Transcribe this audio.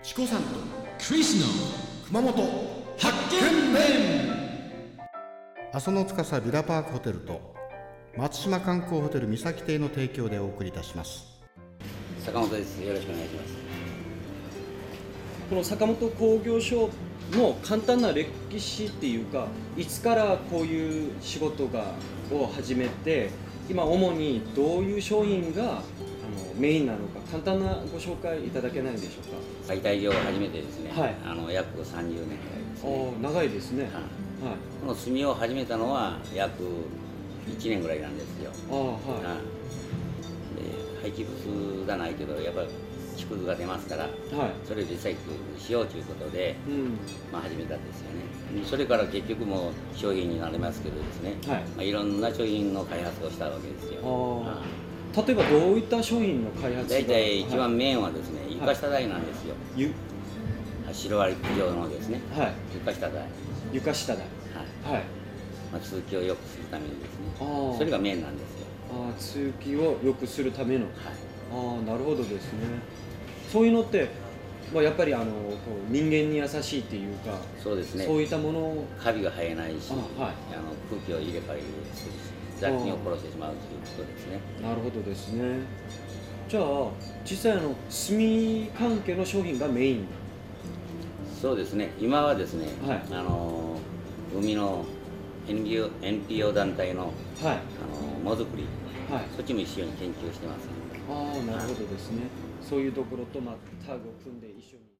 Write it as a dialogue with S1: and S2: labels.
S1: チコさんとクリスの熊本発見面
S2: 阿蘇の司ビラパークホテルと松島観光ホテル三崎邸の提供でお送りいたします
S3: 坂本です。よろしくお願いします。
S4: この坂本工業所の簡単な歴史っていうかいつからこういう仕事がを始めて今主にどういう商品があのメインなのか簡単なご紹介いただけないでしょう
S3: 解体業を始めてですね、
S4: はい
S3: あの約30年くらいです
S4: か
S3: ね。
S4: おー長いですね
S3: はい
S4: はい
S3: この炭を始めたのは約1年ぐらいなんですよ。
S4: あーは
S3: はいで廃棄物がないけど、やっぱり木くずが出ますから、
S4: いはい
S3: それをリサイクルしようということで、
S4: うん
S3: まあ、始めたんですよね。それから結局もう商品になりますけどですね、
S4: はい
S3: まあ、いろんな商品の開発をしたわけですよ。
S4: あー
S3: はい
S4: 例えばどういった商品の開発が
S3: 大体一
S4: は
S3: 番メインはですね、床下台なんですよ。
S4: いゆ
S3: シロアリ企業のですね、
S4: はい
S3: 床下台、はい
S4: 床下だはい
S3: まあ、通気を良くするためにですね
S4: あー
S3: それがメインなんですよ、
S4: あー通気を良くするための
S3: はい、
S4: ああなるほどですねそういうのって、まあ、やっぱりあのこう人間に優しいっていうか
S3: そうですね
S4: そういったものを
S3: カビが生えないし
S4: あはい
S3: あの空気を入れ替えるするし雑菌を殺してしまうということですね
S4: なるほどですねじゃあ実際あの炭関係の商品がメイン
S3: そうですね今はですね、
S4: はい
S3: あの海の NPO, NPO 団体の
S4: はい
S3: あのもづくり
S4: はい
S3: そっちも一緒に研究してます
S4: ああなるほどですねそういうところとまあタグを組んで一緒に。